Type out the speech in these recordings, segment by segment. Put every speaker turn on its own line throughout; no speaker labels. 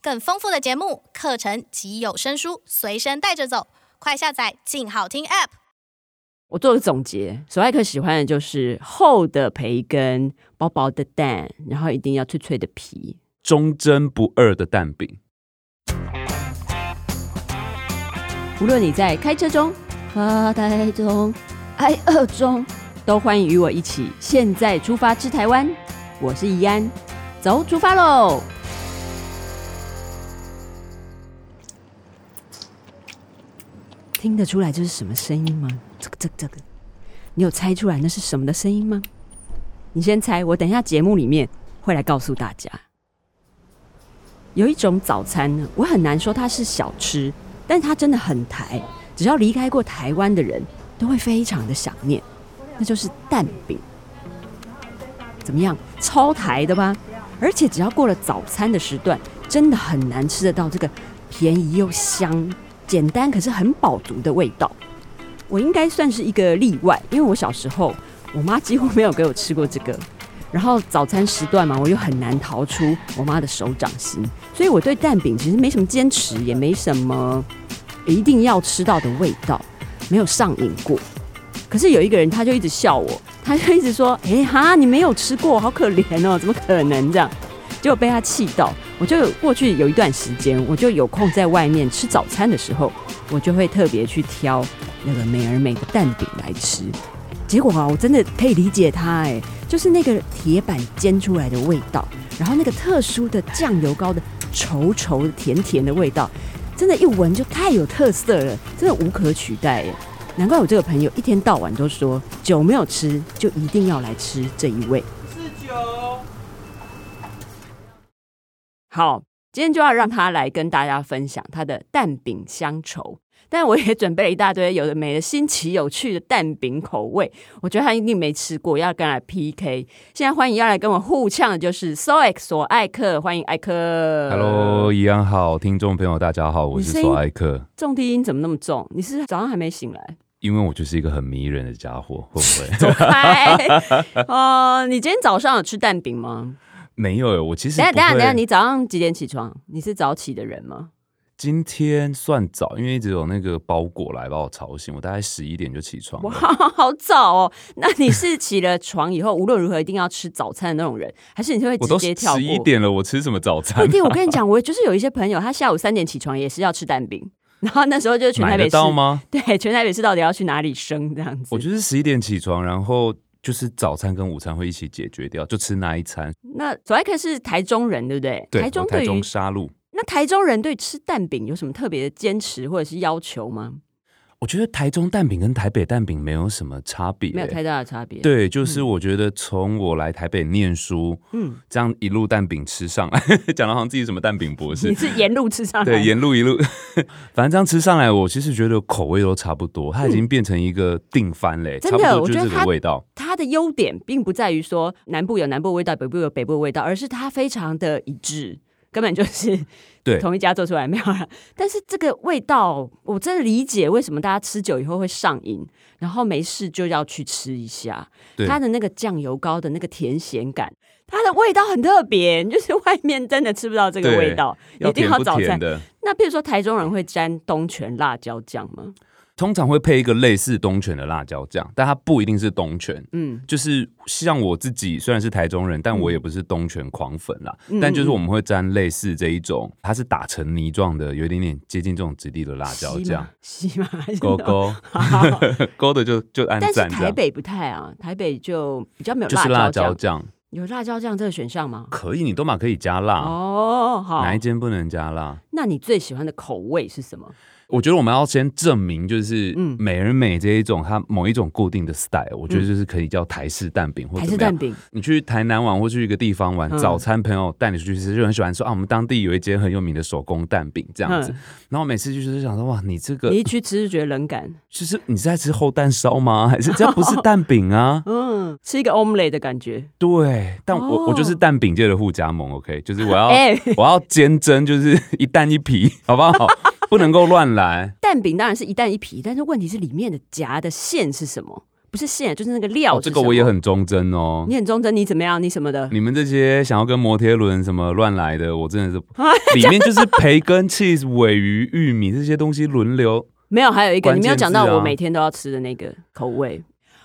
更丰富的节目、课程及有声书随身带着走，快下载“静好听 ”App。
我做个总结，索爱克喜欢的就是厚的培根、薄薄的蛋，然后一定要脆脆的皮。
忠贞不二的蛋饼。
无论你在开车中、
发呆中、挨饿中，
都欢迎与我一起现在出发吃台湾。我是怡安，走，出发喽！听得出来这是什么声音吗？这个、这个、这个，你有猜出来那是什么的声音吗？你先猜，我等一下节目里面会来告诉大家。有一种早餐呢，我很难说它是小吃，但它真的很台。只要离开过台湾的人，都会非常的想念，那就是蛋饼。怎么样，超台的吧？而且只要过了早餐的时段，真的很难吃得到这个便宜又香、简单可是很饱足的味道。我应该算是一个例外，因为我小时候我妈几乎没有给我吃过这个。然后早餐时段嘛，我又很难逃出我妈的手掌心，所以我对蛋饼其实没什么坚持，也没什么一定要吃到的味道，没有上瘾过。可是有一个人他就一直笑我，他就一直说：“哎、哈，你没有吃过，好可怜哦，怎么可能这样？”结果被他气到，我就有过去有一段时间，我就有空在外面吃早餐的时候，我就会特别去挑那个美而美的蛋饼来吃。结果啊，我真的可以理解他哎，就是那个铁板煎出来的味道，然后那个特殊的酱油膏的稠稠甜甜的味道，真的，一闻就太有特色了，真的无可取代耶。难怪我这个朋友一天到晚都说酒没有吃，就一定要来吃这一味。好，今天就要让他来跟大家分享他的蛋饼乡愁。但我也准备了一大堆有的没的新奇有趣的蛋饼口味，我觉得他一定没吃过，要跟他 PK。现在欢迎要来跟我互呛的就是 Soex 索艾克，欢迎艾克。
Hello，怡安好，听众朋友大家好，我
呃你声
是
音
索艾克。
重低音怎么那么重？你是早上还没醒 来？
因为我就是一个很迷人的家伙，会不
走
会？
开！哦，你今天早上有吃蛋饼吗？
没有，我其实
等下
不
等下
会
等下，你早上几点起床？你是早起的人吗？
今天算早，因为一直有那个包裹来把我吵醒，我大概十一点就起床
哇，
了。
好早哦！那你是起了床以后，无论如何一定要吃早餐的那种人，还是你就会
我
直
都
接跳
十
过？
一点了，我吃什么早
不
餐
一？定，我跟你讲，我就是有一些朋友，他下午三点起床也是要吃蛋饼，然后那时候就是 全台
买
北
得
市
到吗？
对，全台北市到底要去哪里生这样子？
我就是十一点起床，然后就是早餐跟午餐会一起解决掉，就吃那一餐。
那索爱克是台中人，对不对？
对，
台中
我
对
台
于
中杀戮。
那台中人对吃蛋饼有什么特别的坚持或者是要求吗？
我觉得台中蛋饼跟台北蛋饼没有什么差别、
没有太大的差别。，
对，就是我觉得从我来台北念书，
嗯，
这样一路蛋饼吃上来， 讲的好像自己什么蛋饼博
你
士，
是沿路吃上来，
对，沿路一 路，反正这样吃上来，我其实觉得口味都差不多，它已经变成一个定番嘞、
嗯真
差不
的
多
我
就
觉得
是这
它
个味道。
它的优点并不在于说南部有南部的味道，北部有北部的味道，而是它非常的一致，根本就是
对
同一家做出来没有啦。但是这个味道，我真的理解为什么大家吃久以后会上瘾，然后没事就要去吃一下。
对
它的那个酱油膏的那个甜咸感，它的味道很特别，就是外面真的吃不到这个
对
味道，
要
一定
甜
要
不
早
甜
餐。
的，
那譬如说台中人会沾东泉辣椒酱吗？
通常会配一个类似东泉的辣椒酱，但它不一定是东泉。
嗯，
就是像我自己虽然是台中人，但我也不是东泉狂粉啦。
嗯
但就是我们会沾类似这一种，它是打成泥状的，有一点点接近这种质地的辣椒酱。
西吗？西吗？
勾 勾 勾的就就按
但是
赞这
台
样，
北不太啊，台北就比较没有
就是
辣
辣
椒
椒
酱，
酱
有辣椒酱这个选项吗？
可以，你都嘛可以加辣，
哦，好，
啊哪一间不能加辣？
那你最喜欢的口味是什么？
我觉得我们要先证明，就是
嗯
美而美这一种，它某一种固定的 style，我觉得就是可以叫台式蛋饼或
台
怎
式
么样
蛋。饼？
你去台南玩或去一个地方玩，
嗯
早餐朋友带你出去吃，就很喜欢说啊，我们当地有一间很有名的手工蛋饼这样子
嗯。
然后每次就是想说，哇，你这个
你一去吃就觉得冷感，
就是你是在吃厚蛋烧吗？还是这 不是蛋饼啊？
嗯，吃一个 omelette 的感觉。
对，但我、我就是
哦
蛋饼界的互加盟，OK，就是我要、
哎、
我要坚贞，就是 一蛋一皮，好不好？不能够乱来。
蛋饼当然是一蛋一皮，但是问题是里面的夹的馅是什么？不是馅，就是那个料、
哦这个我也，很忠贞哦。
你很忠贞，你怎么样？你什么的？
你们这些想要跟摩天轮什么乱来的，我真 的是里面就是培根、cheese、尾鱼、玉米这些东西轮流。
没有，还有一个
关
你
键
没有讲到
字啊
我每天都要吃的那个口味。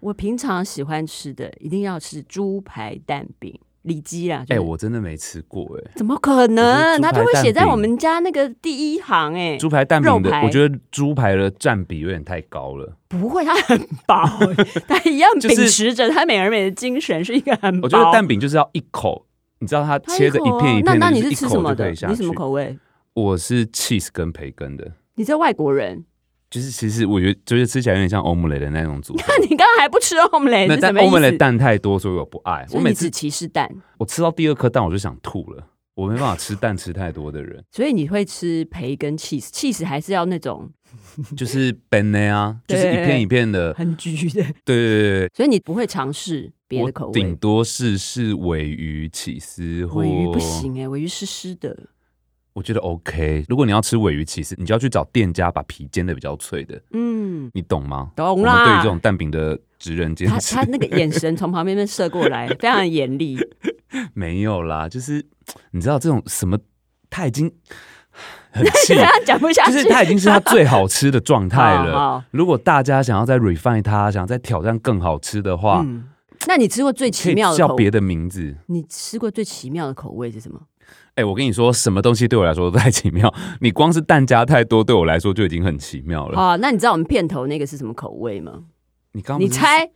我平常喜欢吃的一定要吃猪排蛋饼、里脊啦。就是
哎、我真的没吃过哎、
怎么可能？
猪
它
排
都会写在
蛋饼
我们家那个第一行哎、
猪排蛋饼的
肉排，嗯
我觉得猪排的占比有点太高了。
不会，它很薄、哎 它一样
就是
秉持着它美而美的精神，是一个很薄。
我觉得蛋饼就是要一口，你知道它
它
切的一
口啊
片一片的，
那那你
就是一
吃
口
什么
就
的？
可以下
你
去。
什么口味？
我是 cheese 跟培根的，
你这外国人，
就是其实我觉得就是吃起来有点像欧姆雷的那种 组合。
那你刚刚还不吃 omelette 哎是
那
什
但
么意
欧姆雷
思？
蛋太多，所以我不爱。
所
我
以
每
你
次
只歧视蛋，
我吃到第二颗蛋我就想吐了，我没办法吃蛋吃太多的 人，
所以你会吃培根 cheese，cheese 还是要那种
就是 banana，啊就是一片一片的。
很焗的，
对对对对
所以你不会尝试别
我
的口
顶
味。
多试试尾鱼起司或
尾鱼不，行哎、尾鱼湿湿的，
我觉得 OK。如果你要吃尾鱼起司，你就要去找店家把皮煎的比较脆的，
嗯，
你懂吗？
懂
我们对于
啦
这。种蛋饼的职人坚
他
持
他那个眼神从旁边那射过来，非常严厉。
没有啦，就是你知道这种什么，他已经 很气，
他讲不下
就
去，
是它已经是它最好吃的状态 了。
好好
如果大家想要再 refine 它，想要再挑战更好吃的话，
嗯，那你吃过最
可
奇
以
妙的
叫
口
别的名字。
你吃过最奇妙的口味是什么？
哎、我跟你说，什么东西对我来说都太奇妙。 你光是蛋加太多，对我来说就已经很奇妙了。
啊，那你知道我们片头那个是什么口味吗？
你刚刚
你
不是？
猜，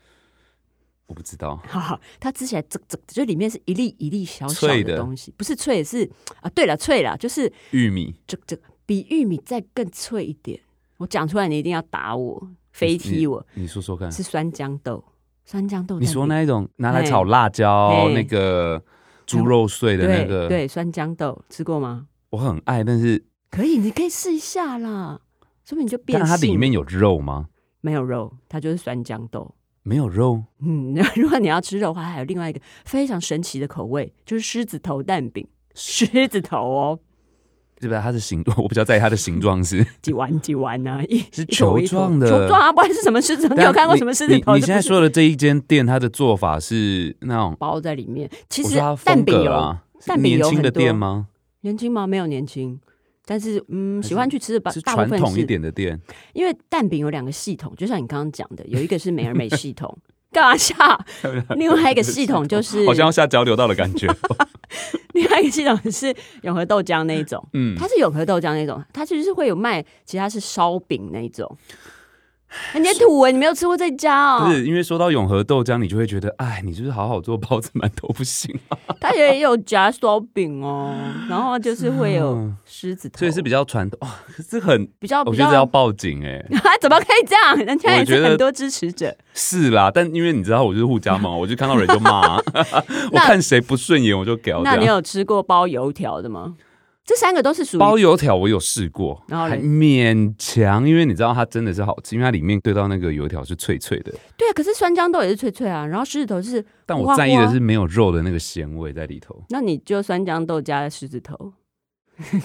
我不知道。
哈哈，它吃起来啧啧，就里面是一粒一粒小小
脆
的
的
东西，不是脆，是啊，对了，脆了，就是
玉米
这这比玉米再更脆一点。我讲出来，你一定要打我，飞踢我，，
你你说说看。
是酸豇豆，酸豇豆蛋饼。
嗯你说那一种拿来
嘿
炒辣椒
嘿嗯
那个猪肉碎的那
对
个，
对，酸豇豆吃过吗？
我很爱，但是
可以，你可以试一下啦，说不定你就变
但
性。
它里面有肉吗？
没有肉，它就是酸豇豆。
没有肉，
嗯， 如果你要吃肉的话，还有另外一个非常神奇的口味，就是狮子头蛋饼。狮子头哦，
对吧？它的形， 我比较在意它的形状是。
几 丸几丸啊，一
是
一坨一
球
坨
状的
球状啊，不然是什么狮子头？你
但
有看过
你
什么狮子头？
你你
这不
现在
是
说的这一间店，它的做法是那种，
包在里面，其
我
实
说它
蛋
风
饼
格
有
啊，是
蛋饼
年
有
轻
很
的
多
店？吗？
年轻吗？没有年轻，但是嗯，
还
喜欢
是
去吃的吧
是，
大
传
部分
统一
是
点的店，
因为蛋饼有两个系统，就像你刚刚讲的，有一个是美而美系统，干嘛笑？另外一个系统就是
好像要下交流道的 感觉。
另外一个系统是永和豆浆那一种，
嗯，
它是永和豆浆那种，它其实是会有卖，其实它是烧饼那一种。哎你很土哎、你没有吃过这家哦
不？是因为说到永和豆浆，你就会觉得，哎，你是不是好好做包子馒头不行啊？
它也有夹烧饼哦，然后就是会有
嗯
狮子头，
所以是比较传统，哇，可是很，
比较
我
哦比
觉得要
较。
报警哎、
啊，怎么可以这样？人家也
我觉
是
得
很多支持者。
是啦，但因为你知道我就是互加盟，我就看到人就骂，啊 我
那
看谁不顺眼我就屌
那
这
你
样。
有吃过包油条的吗？这三个都是属于
啊包油条我有试过，
然后嘞
还勉强，因为你知道它真的是好吃，因为它里面对到那个油条是脆脆的，
对啊，可是酸豇豆也是脆脆啊，然后狮子头是，
但
哇
我在意的
哇
是没有肉的那个咸味在里头。
那你就酸豇豆加狮子头，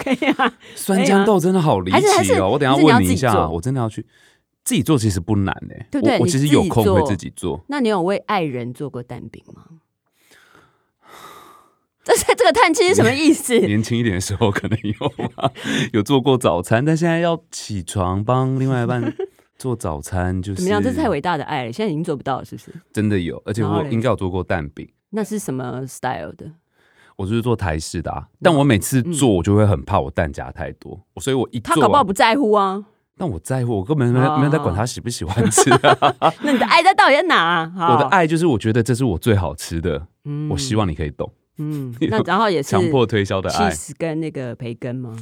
可以啊。
酸豇豆真的好离
还是还
奇
是
哦！我等一下
还是你要
问你一
自己
下，
做
我真的要去自己做，其实不难呢、
对不对
我我
你
其实
自己
有空会
做
自己做，
那你有为爱人做过蛋饼吗？ 这是这个叹气是什么意思？
年轻一点的时候可能有吧， 有做过早餐，但现在要起床帮另外一半做早餐，就是
怎么样？这是太伟大的爱了，现在已经做不到了，是不是？
真的有，而且
然后
我
嘞
应该有做过蛋饼，
那是什么 style 的？
我就是做台式的、
嗯
啊，但我每次做我就会很怕我蛋夹太多，所以我一
他
做
搞不好
完，
不在乎啊。
但我在乎，我根本没
哦
有没有在管他喜不喜欢吃、啊，
那你的爱在到底在哪、啊？好
我的，爱就是我觉得这是我最好吃的，
嗯
我希，望你可以懂，
嗯， 那然后也是
强迫推销的爱。
cheese 跟那个培根吗？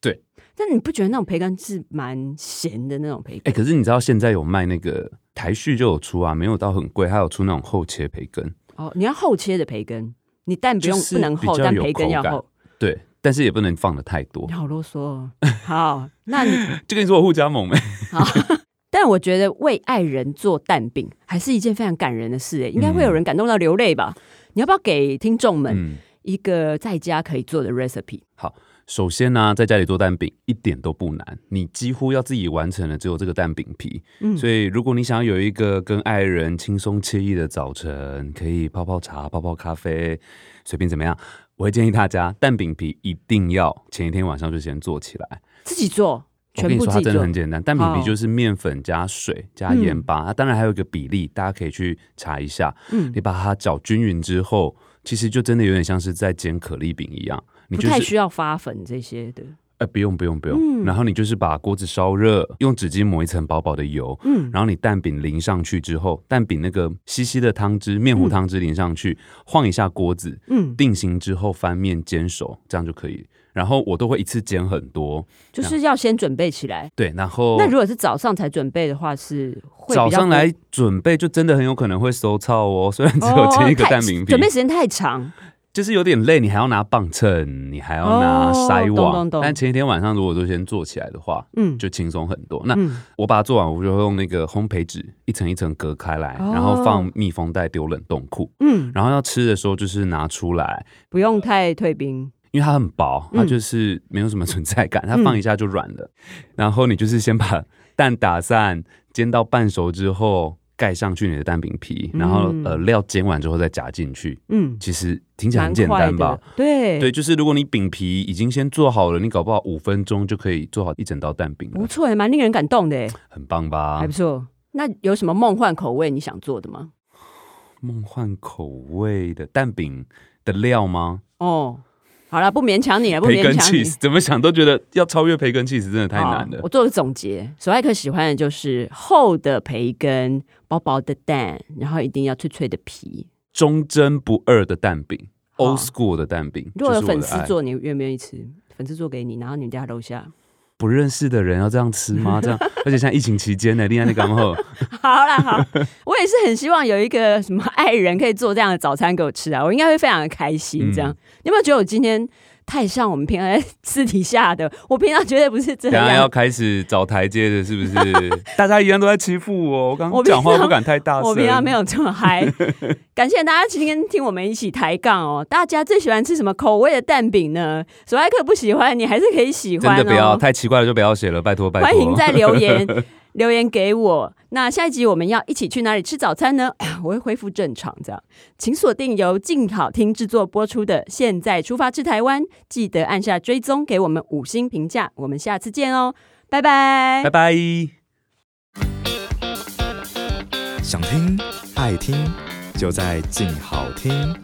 对。
但你不觉得那种培根是蛮咸的那种培
哎、
根？
可是你知道现在有卖那个台式就有出啊，没有到很贵，还有出那种厚切培根，
哦，你要厚切的培根，你蛋不用、
就是
不能厚，
比较
但
有
培根要
口感
厚。
对，但是也不能放的太多
你。好啰嗦、哦。好，那你
就跟你说我互加盟呗，
好， 但我觉得为爱人做蛋饼欸还是一件非常感人的事，哎，应该会有人感动到流泪吧？你要不要给听众们
嗯，
一个在家可以做的 recipe？
首先呢、在家里做蛋饼一点都不难，你几乎要自己完成的只有这个蛋饼皮。
嗯
所以如果你想要有一个跟爱人轻松惬意的早晨，可以泡泡茶、泡泡咖啡，随便怎么样，我会建议大家蛋饼皮一定要前一天晚上就先做起来。
自己做，
我
全
跟你
部
说，
自
它
己
真的
做
很。简单。蛋饼
好
皮就是面粉加水加
嗯
盐巴，它当然还有一个比例，大家可以去查一下。
嗯
你，把它搅均匀之后，其实就真的有点像是在煎可丽饼一样。你
不
就
太
是
需要发粉这些的。
呃，不用不用不用。
嗯
然后你就是把锅子烧热，用纸巾抹一层薄薄的油，
嗯，
然后你蛋饼淋上去之后，蛋饼那个稀稀的汤汁、面糊汤汁淋上去，晃一下锅子，
嗯，
定型之后翻面煎熟，这样就可以。然后我都会一次煎很多，
就是要先准备起来。
对，然后
那如果是早上才准备的话，是会比较
早上来准备就真的很有可能会收操哦， 虽然只有
哦
煎一个
太
蛋饼皮，
准备时间太长。
就是有点累，你还要拿磅秤，你还要拿
哦
筛
懂
网。
懂懂
但前一天晚上如果都先做起来的话，
嗯，
就轻松很多。那
嗯
我把它做完，我就会用那个烘焙纸一层一层隔开来，
哦
然后放密封袋丢冷冻库。
嗯，
然后要吃的时候就是拿出来，
不用太退冰。
因为它很薄，
嗯
它就是没有什么存在感，它放一下就软了。然后你就是先把蛋打散，煎到半熟之后。盖上去你的蛋饼皮，然后
嗯
呃料煎完之后再夹进去，
嗯，
其实听起来
蛮
很简
快
单吧
的？。对
对，，就是如果你饼皮已经先做好了，你搞不好五分钟就可以做好一整道蛋饼了
不错，还蛮令人感动的，
很棒吧
还不？错。那有什么梦幻口味你想做的吗？
梦幻口味的蛋饼的料吗？
哦，好了，不勉强哎你了，不
培
勉
根
强你。
cheese 怎么想都觉得要超越培根 cheese 真的太难
好
了
我。做个总结，索爱克喜欢的就是厚的培根、薄薄的蛋，然后一定要脆脆的皮。
忠贞不二的蛋饼
好
，old school 的蛋饼，
哦如果有
这是我
粉
的
丝
爱
做，你愿不愿意吃？粉丝做给你，然后你们家楼下。
不认识的人要这样吃 吗？这样，而且现在疫情期间呢，另外那个后，
好啦，好，我也是很希望有一个什么爱人可以做这样的早餐给我吃啊，我应该会非常的开心。这样，
嗯
你有没有觉得我今天太像我们平常在私底下的？我平常绝 对啊不是这
等一下要
样，
开始找台阶的，是不是？大家一样都在欺负我，我刚
我
刚
平
讲话
常
不敢太大声，
我平常没有这么 嗨。感谢大家今天听我们一起抬杠哦。大家最喜欢吃什么口味的蛋饼呢？索爱克不喜欢，你还是可以喜欢
真
哦。
的不要太奇怪了，就不要写了，拜托拜托。
欢迎再留 言留言给我。那下一集我们要一起去哪里吃早餐呢？ 我会恢复正常，这样，请锁定由静好听制作播出的《现在出发去台湾》，记得按下追踪，给我们五星评价。我们下次见哦，拜拜
拜。拜。
想听爱听，就在静好听。